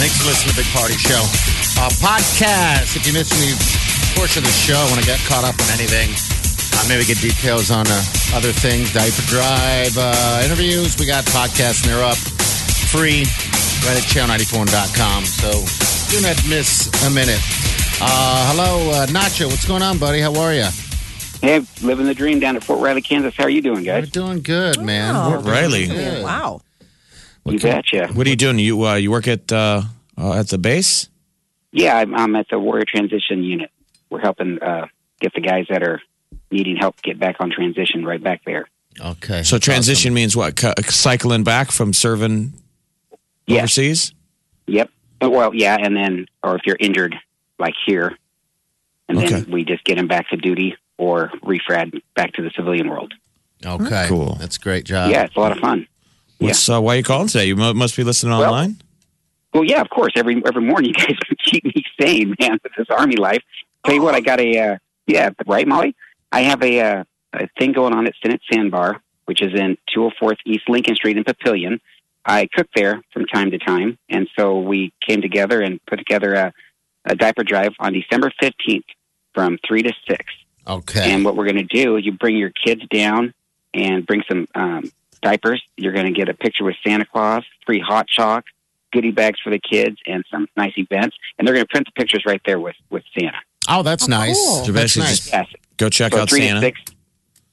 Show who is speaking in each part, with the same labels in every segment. Speaker 1: Thanks for listening to the Big Party Show. Uh, podcast. If you missed any portion of the show, want to get caught up on anything, uh, maybe get details on uh, other things, diaper drive, uh, interviews, we got podcasts and they're up free right at channel94.com. So do not miss a minute. Uh, hello, uh, Nacho. What's going on, buddy? How are you?
Speaker 2: Hey, living the dream down at Fort Riley, Kansas. How are you doing,
Speaker 1: We're
Speaker 2: guys?
Speaker 1: doing good, man.
Speaker 3: Oh.
Speaker 1: We're
Speaker 4: Riley.
Speaker 1: doing good.
Speaker 3: Wow.
Speaker 1: What
Speaker 2: you
Speaker 1: can-
Speaker 2: betcha.
Speaker 4: What are you doing? You uh, you work at uh, uh, at the base?
Speaker 2: Yeah, I'm, I'm at the Warrior Transition Unit. We're helping uh, get the guys that are needing help get back on transition right back there.
Speaker 1: Okay.
Speaker 4: So transition means what? C- cycling back from serving
Speaker 2: Yeah.
Speaker 4: overseas?
Speaker 2: Yep. Oh, Well, yeah, and then, or if you're injured, like here, and
Speaker 4: Okay.
Speaker 2: then we just get them back to duty or refrad back to the civilian world.
Speaker 1: Awesome. Okay.
Speaker 4: Cool.
Speaker 1: That's a great job.
Speaker 2: yeah, it's a lot of fun. Yeah.
Speaker 4: What's uh, why are you calling today? You mu must be listening
Speaker 2: Well-
Speaker 4: online.
Speaker 2: Well, yeah, of course. Every every morning, you guys keep me sane, man. With this army life. Tell you what, I got a uh, yeah, right, Molly. I have a, uh, a thing going on at Senate Sandbar, which is in 204th East Lincoln Street in Papillion. I cook there from time to time, and so we came together and put together a, a diaper drive on December 15th from three to six.
Speaker 1: Okay.
Speaker 2: And what we're going to do is you bring your kids down and bring some um, diapers. You're going to get a picture with Santa Claus, free hot chalk, goodie bags for the kids, and some nice events. And they're going to print the pictures right there with, with Santa.
Speaker 1: Oh, that's nice.
Speaker 3: cool.
Speaker 4: So
Speaker 1: That's
Speaker 4: basically
Speaker 1: nice.
Speaker 4: just
Speaker 2: Yes.
Speaker 4: go check
Speaker 2: So
Speaker 4: out
Speaker 2: three to
Speaker 4: Santa.
Speaker 2: six.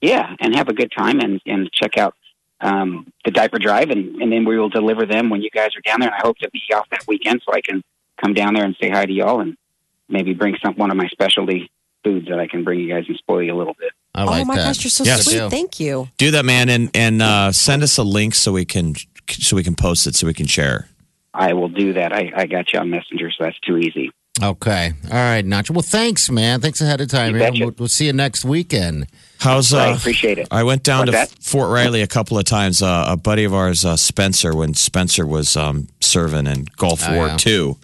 Speaker 2: Yeah, and have a good time and, and check out um, the diaper drive. And, and then we will deliver them when you guys are down there. And I hope to be off that weekend so I can come down there and say hi to y'all and maybe bring some one of my specialty foods that I can bring you guys and spoil you a little bit.
Speaker 1: I like
Speaker 3: oh my
Speaker 1: that.
Speaker 3: gosh, you're so
Speaker 4: Yes.
Speaker 3: sweet.
Speaker 1: Yeah.
Speaker 3: Thank you.
Speaker 4: Do that, man, and and uh, send us a link so we can so we can post it so we can share.
Speaker 2: I will do that. I, I got you on Messenger, so that's too easy.
Speaker 1: Okay. All right, Nacho. Well, thanks, man. Thanks ahead of time.
Speaker 2: You
Speaker 1: man.
Speaker 2: betcha.
Speaker 1: We'll, we'll see you next weekend.
Speaker 4: How's
Speaker 2: I
Speaker 4: uh?
Speaker 2: appreciate it.
Speaker 4: I went down to
Speaker 2: What's that?
Speaker 4: Fort Riley a couple of times. Uh, a buddy of ours, uh, Spencer, when Spencer was um, serving in Gulf
Speaker 1: Oh,
Speaker 4: War
Speaker 1: yeah.
Speaker 4: Two,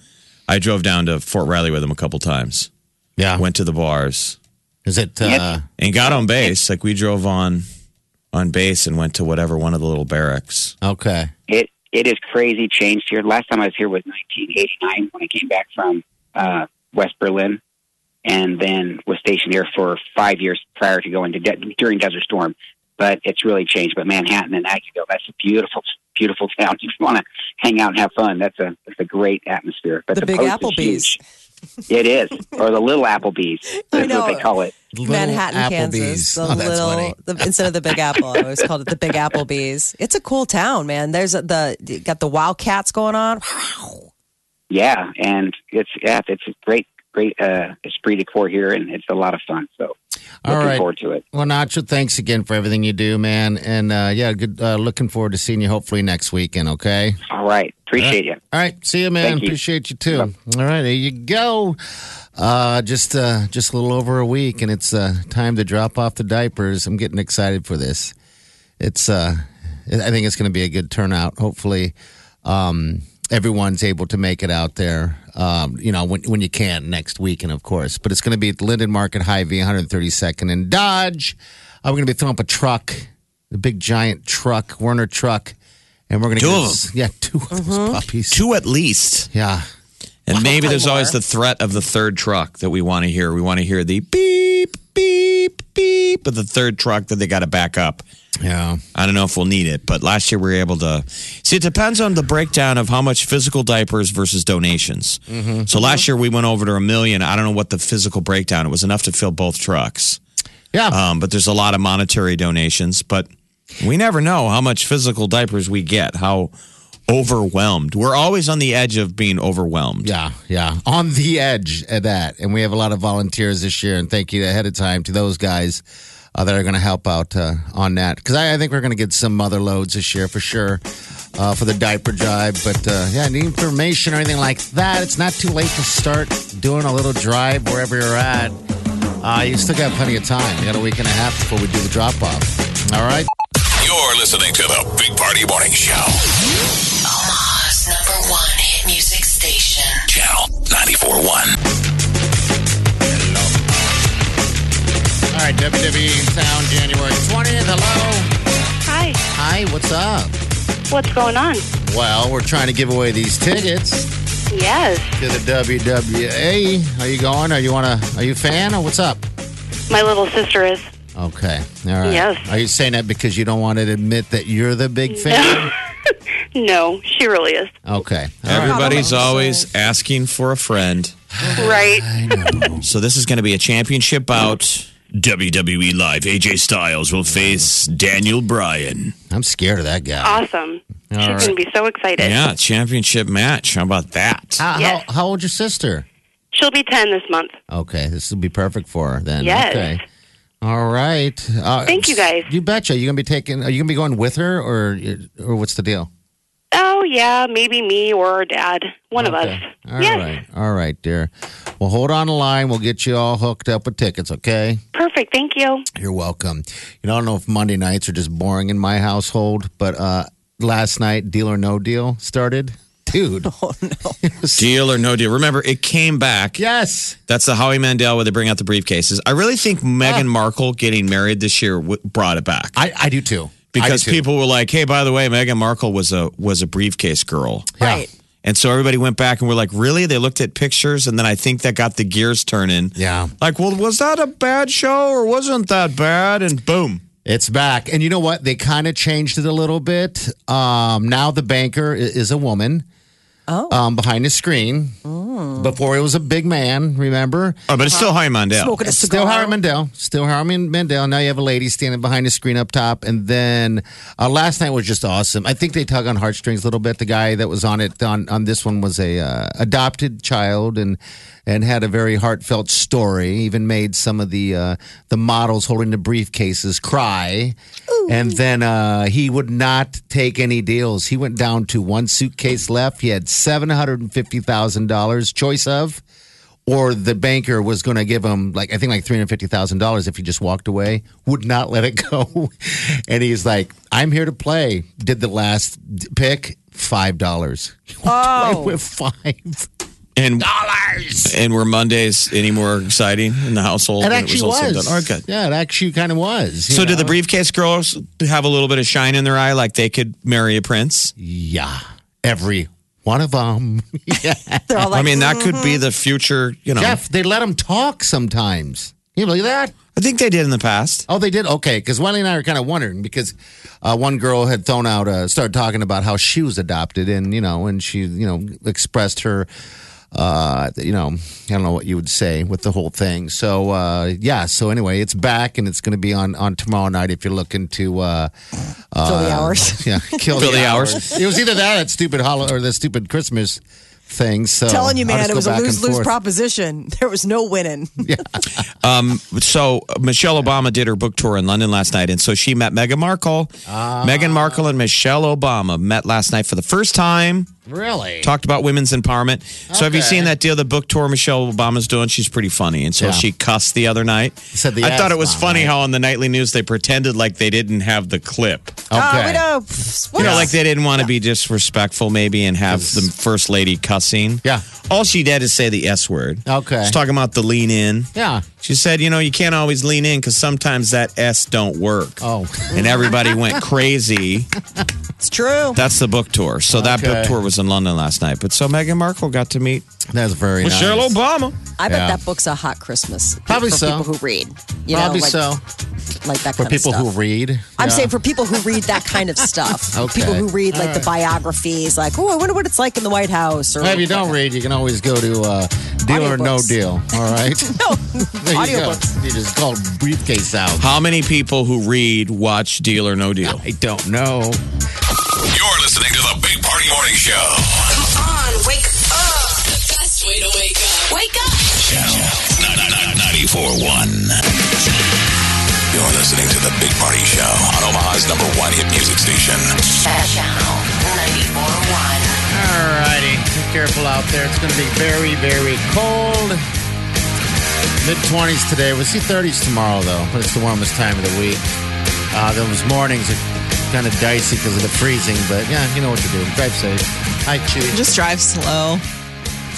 Speaker 4: I drove down to Fort Riley with him a couple times.
Speaker 1: Yeah.
Speaker 4: Went to the bars
Speaker 1: Is it? Uh,
Speaker 4: and got on base. Like we drove on on base and went to whatever one of the little barracks.
Speaker 1: okay.
Speaker 2: It it is crazy changed here. Last time I was here was 1989 when I came back from uh, West Berlin, and then was stationed here for five years prior to going to de- during Desert Storm. But it's really changed. But Manhattan and Aggieville, that's a beautiful, beautiful town. If you want to hang out and have fun, that's a that's a great atmosphere. But
Speaker 3: The Big
Speaker 2: post is
Speaker 3: Applebee's.
Speaker 2: huge. It is, or the Little Applebee's. That's
Speaker 3: I
Speaker 2: what
Speaker 3: know.
Speaker 2: they call it.
Speaker 1: Little
Speaker 3: Manhattan,
Speaker 1: Applebee's.
Speaker 3: Kansas. The
Speaker 1: Oh, that's funny.
Speaker 3: little the, instead of the Big Apple, I always called it the Big Applebee's. It's a cool town, man. There's a, the you got the Wildcats going on.
Speaker 2: yeah, and it's yeah, it's a great, great uh, esprit de corps here, and it's a lot of fun. So
Speaker 1: All
Speaker 2: looking
Speaker 1: right.
Speaker 2: forward to it.
Speaker 1: Well, Nacho, thanks again for everything you do, man. And uh, yeah, good. Uh, looking forward to seeing you hopefully next weekend. Okay.
Speaker 2: All right, appreciate you.
Speaker 1: All right. See you, man.
Speaker 2: Thank you.
Speaker 1: Appreciate you too. All right. There you go. Uh, just uh, just a little over a week, and it's uh, time to drop off the diapers. I'm getting excited for this. It's uh, I think it's going to be a good turnout. Hopefully, um, everyone's able to make it out there. Um, you know, when when you can next weekend, of course. But it's going to be at Linden Market High V, 132nd and Dodge. Uh, we're going to be throwing up a truck, a big giant truck, Werner truck, and we're going to
Speaker 4: Two of
Speaker 1: yeah, two of those
Speaker 2: Mm-hmm.
Speaker 1: puppies.
Speaker 4: Two at least.
Speaker 1: Yeah.
Speaker 4: And maybe there's always the threat of the third truck that we want to hear. We want to hear the beep, beep, beep of the third truck that they got to back up.
Speaker 1: Yeah.
Speaker 4: I don't know if we'll need it, but last year we were able to see. It depends on the breakdown of how much physical diapers versus donations. So last year we went over to a million. I don't know what the physical breakdown. It was enough to fill both trucks,
Speaker 1: Yeah.
Speaker 4: um, but there's a lot of monetary donations. But we never know how much physical diapers we get. How overwhelmed we're always on the edge of being overwhelmed.
Speaker 1: yeah. Yeah. On the edge at that. And we have a lot of volunteers this year. And thank you ahead of time to those guys uh, that are going to help out uh, on that. Because I, I think we're going to get some mother loads this year for sure. uh, for the diaper drive. But uh, yeah, any information or anything like that, it's not too late to start doing a little drive wherever you're at. Uh, you still got plenty of time. You got a week and a half before we do the drop off. All right.
Speaker 5: You're listening to the Big Party Morning Show.
Speaker 6: Omaha's number one hit music station.
Speaker 5: Channel 94.1.
Speaker 1: All right, WWE Town, January 20th. Hello.
Speaker 7: Hi,
Speaker 1: Hi, what's up?
Speaker 7: what's going on?
Speaker 1: Well, we're trying to give away these tickets
Speaker 7: Yes,
Speaker 1: to the WWA. Are you going? Are you want to? Are you a fan or what's up?
Speaker 7: my little sister is.
Speaker 1: Okay. All right.
Speaker 7: Yes.
Speaker 1: Are you saying that because you don't want to admit that you're the big fan?
Speaker 7: No, she really is.
Speaker 1: Okay. All right.
Speaker 4: Everybody's always asking for a friend.
Speaker 7: Right.
Speaker 4: So this is going to be a championship bout. WWE E Live, AJ Styles will face Daniel Bryan.
Speaker 1: I'm scared of that guy.
Speaker 7: Awesome. She's
Speaker 1: right.
Speaker 7: going to be so excited.
Speaker 4: Yeah, championship match. How about that?
Speaker 1: How,
Speaker 7: Yes.
Speaker 1: how, how old's your sister?
Speaker 7: She'll be 10 this month.
Speaker 1: Okay. This will be perfect for her then.
Speaker 7: Yes.
Speaker 1: Okay. All right. Uh,
Speaker 7: Thank you, guys.
Speaker 1: You betcha. You gonna be taking? Are you gonna be going with her, or or what's the deal?
Speaker 7: Oh, yeah, maybe me or her dad. One of us.
Speaker 1: Okay. All
Speaker 7: yes.
Speaker 1: right. All right, dear. Well, hold on the line. We'll get you all hooked up with tickets, okay?
Speaker 7: Perfect. Thank you.
Speaker 1: You're welcome. You know, I don't know if Monday nights are just boring in my household, but uh last night, Deal or No Deal started. Dude.
Speaker 4: Deal or no deal. Remember, it came back.
Speaker 1: Yes.
Speaker 4: That's the Howie Mandel where they bring out the briefcases. I really think Meghan Markle getting married this year w- brought it back
Speaker 1: I, I do too.
Speaker 4: because
Speaker 1: I do too.
Speaker 4: people were like, "Hey, by the way, Meghan Markle was a was a briefcase girl."
Speaker 3: Right.
Speaker 4: And so everybody went back and were like, really? They looked at pictures, and then I think that got the gears turning.
Speaker 1: Yeah.
Speaker 4: Like, well, was that a bad show or wasn't that bad? And boom.
Speaker 1: It's back. And you know what? They kind of changed it a little bit. Um, now the banker i- is a woman.
Speaker 3: Oh.
Speaker 1: Um, behind the screen. Before it was a big man, remember?
Speaker 4: Oh, but it's
Speaker 1: Uh-huh.
Speaker 4: still Howie Mandel.
Speaker 3: Smoking a cigar.
Speaker 1: Still Harry Mandel. Still Harry Mandel. Now you have a lady standing behind the screen up top. And then uh, last night was just awesome. I think they tug on heartstrings a little bit. The guy that was on it on, on this one was a uh, adopted child and and had a very heartfelt story. Even made some of the uh, the models holding the briefcases cry. And then uh, he would not take any deals. He went down to one suitcase left. He had seven hundred and fifty thousand dollars choice of or the banker was going to give him like I think like three hundred fifty thousand dollars if he just walked away. Would not let it go, and he's like, "I'm here to play." Did the last d- pick five dollars?
Speaker 3: Oh.
Speaker 1: with five.
Speaker 4: And dollars. And were Mondays any more exciting in the household?
Speaker 1: It
Speaker 4: than
Speaker 1: actually was.
Speaker 4: done? All right, good.
Speaker 1: Yeah, it actually kind of was. you
Speaker 4: So did
Speaker 1: know?
Speaker 4: the briefcase girls have a little bit of shine in their eye, like they could marry a prince?
Speaker 1: yeah every one of them.
Speaker 4: Oh.
Speaker 3: They're all like,
Speaker 4: I mean, that could
Speaker 1: mm-hmm.
Speaker 4: be the future. You know,
Speaker 1: Jeff, they let them talk sometimes. You believe that?
Speaker 4: I think they did in the past.
Speaker 1: Oh, they did. Okay, because Wiley and I were kind of wondering because uh, one girl had thrown out, uh, started talking about how she was adopted, and you know, and she, you know, expressed her, uh, you know, I don't know what you would say with the whole thing. So uh, yeah. So anyway, it's back and it's going to be on on tomorrow night if you're looking to. Uh,
Speaker 3: fill the hours.
Speaker 1: yeah, kill
Speaker 4: Fill the
Speaker 1: It was either that or that stupid hollow or the stupid Christmas thing. So
Speaker 3: Telling you,
Speaker 1: I'll
Speaker 3: man,
Speaker 1: just
Speaker 3: it
Speaker 1: go
Speaker 3: was a
Speaker 1: back and
Speaker 3: lose lose
Speaker 1: forth.
Speaker 3: proposition. There was no winning.
Speaker 4: So uh, Michelle Obama did her book tour in London last night, and so she met Meghan Markle.
Speaker 1: Ah.
Speaker 4: Meghan Markle and Michelle Obama met last night for the first time.
Speaker 1: Really?
Speaker 4: Talked about women's empowerment. So have you
Speaker 1: Okay.
Speaker 4: seen that deal? The book tour Michelle Obama's doing. She's pretty funny, and so
Speaker 1: Yeah.
Speaker 4: she cussed the other night.
Speaker 1: Said the
Speaker 4: I thought
Speaker 1: ass
Speaker 4: it was
Speaker 1: bomb,
Speaker 4: funny
Speaker 1: right?
Speaker 4: how on the nightly news they pretended like they didn't have the clip.
Speaker 3: Oh,
Speaker 1: Okay.
Speaker 3: we don't.
Speaker 4: You know, like they didn't want to be disrespectful, maybe, and have the first lady cussing.
Speaker 1: Yeah.
Speaker 4: All she did is say the S word.
Speaker 1: Okay.
Speaker 4: She's talking about the lean in.
Speaker 1: Yeah.
Speaker 4: She said, you know, you can't always lean in because sometimes that S don't work.
Speaker 1: Oh.
Speaker 4: And everybody went crazy.
Speaker 3: It's true.
Speaker 4: That's the book tour. So that book
Speaker 1: Okay.
Speaker 4: tour was in London last night. But so Meghan Markle got to meet
Speaker 1: That's very
Speaker 4: Michelle
Speaker 1: nice.
Speaker 4: Obama.
Speaker 3: I bet
Speaker 1: Yeah.
Speaker 3: that book's a hot Christmas.
Speaker 1: Probably
Speaker 3: for
Speaker 1: so.
Speaker 3: people who read. You
Speaker 1: Probably
Speaker 3: know, like,
Speaker 1: so.
Speaker 3: Like that
Speaker 1: For
Speaker 3: kind
Speaker 1: people
Speaker 3: of stuff.
Speaker 1: who read. Yeah.
Speaker 3: I'm saying for people who read that kind of stuff.
Speaker 1: Okay.
Speaker 3: People who read like the biographies, like, oh, I wonder what it's like in the White House. Or
Speaker 1: Well, if you don't read, you can always go to uh, Deal or No
Speaker 3: Audiobooks.
Speaker 1: Deal. All right.
Speaker 3: no
Speaker 1: There you go.
Speaker 3: audiobooks.
Speaker 1: You just called briefcase out.
Speaker 4: How many people who read watch Deal or No Deal?
Speaker 1: I don't know.
Speaker 5: You're listening to the Big Party Morning Show.
Speaker 6: Come on, wake up. The best way to wake up. Wake up.
Speaker 5: Channel 94.1.
Speaker 8: You're listening to The Big Party Show on Omaha's number one hit music station.
Speaker 6: Channel 94.1.
Speaker 1: All righty. Be careful out there. It's going to be very, very cold. Mid 20s today. We'll see 30s tomorrow, though, but it's the warmest time of the week. Uh, those mornings are kind of dicey because of the freezing, but yeah, you know what to do. Drive safe. Hi, Chi.
Speaker 3: Just drive slow,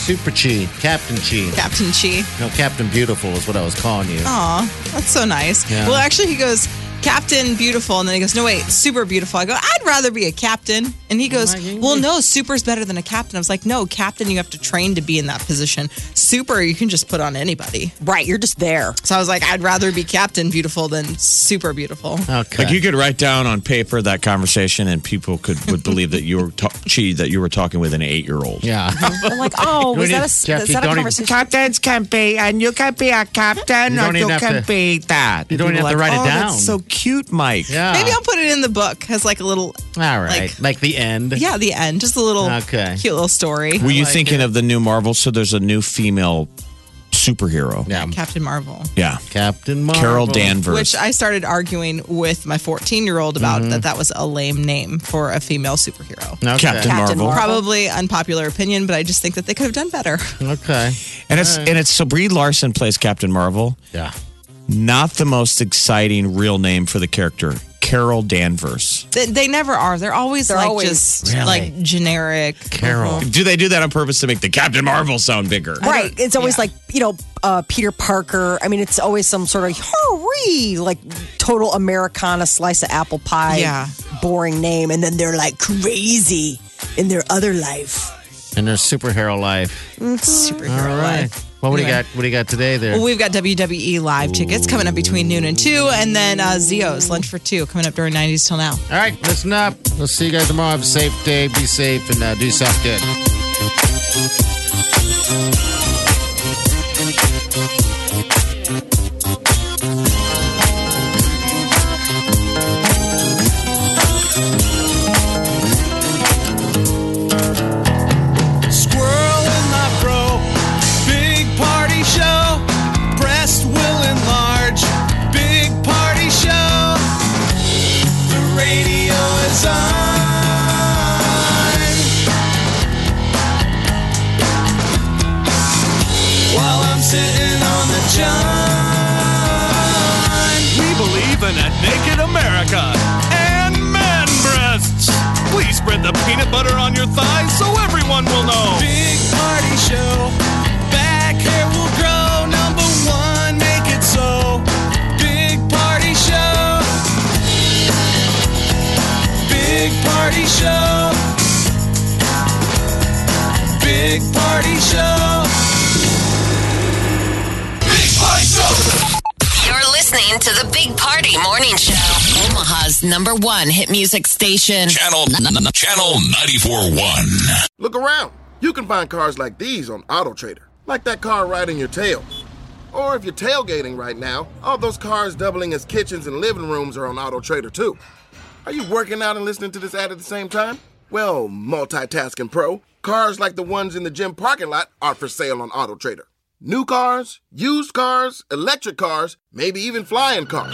Speaker 1: Super Chi. Captain Chi.
Speaker 3: Captain Chi.
Speaker 1: No, Captain Beautiful is what I was calling you.
Speaker 3: Aw, that's so nice.
Speaker 1: Yeah.
Speaker 3: Oh, Well, actually, he goes, Captain Beautiful. And then he goes, No, wait, Super Beautiful. I go, I'd rather be a captain. And he goes, Well, no, Super's better than a captain. I was like, No, captain, you have to train to be in that position. Super, you can just put on anybody.
Speaker 7: Right, you're just there.
Speaker 3: So I was like, I'd rather be Captain Beautiful than Super Beautiful.
Speaker 1: Okay.
Speaker 4: Like you could write down on paper that conversation, and people could would believe that you were ta- chi that you were talking with an eight year old.
Speaker 1: yeah.
Speaker 7: I'm like, oh,
Speaker 1: We
Speaker 7: was that a,
Speaker 1: need-
Speaker 7: is
Speaker 1: Jeff, you
Speaker 7: that a
Speaker 1: don't even-
Speaker 7: conversation?
Speaker 5: Captains can be, and you can be a captain,
Speaker 1: You don't
Speaker 5: or
Speaker 1: even
Speaker 5: you
Speaker 1: have
Speaker 5: can
Speaker 1: to-
Speaker 5: be that.
Speaker 1: you don't even have to write
Speaker 4: oh,
Speaker 1: it down.
Speaker 4: That's so cute, Mike.
Speaker 1: yeah.
Speaker 3: Maybe I'll put it in the book as like a little,
Speaker 1: All right. Like, the end.
Speaker 3: yeah, the end, just a little
Speaker 1: Okay. Mm.
Speaker 3: cute little story.
Speaker 4: Were you
Speaker 1: like
Speaker 4: thinking of the new Marvel? So there's a new female superhero.
Speaker 1: Yeah.
Speaker 3: Captain Marvel.
Speaker 4: Yeah.
Speaker 1: Captain Marvel.
Speaker 4: Carol Danvers.
Speaker 3: Which I started arguing with my 14 year old
Speaker 1: Mm-hmm.
Speaker 3: about that that was a lame name for a female superhero.
Speaker 1: Okay.
Speaker 4: Captain,
Speaker 7: Captain
Speaker 4: Marvel.
Speaker 7: Marvel.
Speaker 3: Probably unpopular opinion, but I just think that they could have done better.
Speaker 1: Okay.
Speaker 4: And it's and it's so Brie Larson plays Captain Marvel.
Speaker 1: Yeah.
Speaker 4: Not the most exciting real name for the character. Carol Danvers.
Speaker 3: They, they never are. They're always
Speaker 7: They're
Speaker 3: like
Speaker 7: always-
Speaker 3: just like generic.
Speaker 1: Carol.
Speaker 4: Do they do that on purpose to make the Captain Marvel sound bigger?
Speaker 7: Right. It's always
Speaker 3: yeah.
Speaker 7: like, you know, uh, Peter Parker. I mean, it's always some sort of hurry, like total Americana slice of apple pie,
Speaker 3: Yeah.
Speaker 7: boring name. And then they're like crazy in their other life.
Speaker 1: In her superhero life.
Speaker 3: superhero
Speaker 1: All right.
Speaker 3: life.
Speaker 1: Well, what do you
Speaker 3: Anyway.
Speaker 1: got? What do you got today there?
Speaker 3: Well, we've got WWE live tickets coming up between noon and two, and then uh, Zio's Lunch for Two coming up during 90s till now.
Speaker 1: All right. Listen up. We'll see you guys tomorrow. Have a safe day. Be safe and uh, do something good.
Speaker 5: Squirrel in my bro. Big party show. Breast will enlarge. Big party show. The radio is on. While I'm sitting on the john. We believe in a naked America and man breasts. Please spread the peanut butter on your thighs so everyone will know. Big party show. Back hair will grow. Number one, make it so. Big party show. Big party show. Big party show.
Speaker 8: Big Party Show!
Speaker 6: You're listening to the Big Party Morning Show. Omaha's number one hit music station.
Speaker 8: Channel, channel 94.1.
Speaker 9: Look around. You can find cars like these on AutoTrader, like that car riding your tail. Or if you're tailgating right now, all those cars doubling as kitchens and living rooms are on AutoTrader too. Are you working out and listening to this ad at the same time? Well, multitasking pro, cars like the ones in the gym parking lot are for sale on AutoTrader. New cars, used cars, electric cars, maybe even flying cars.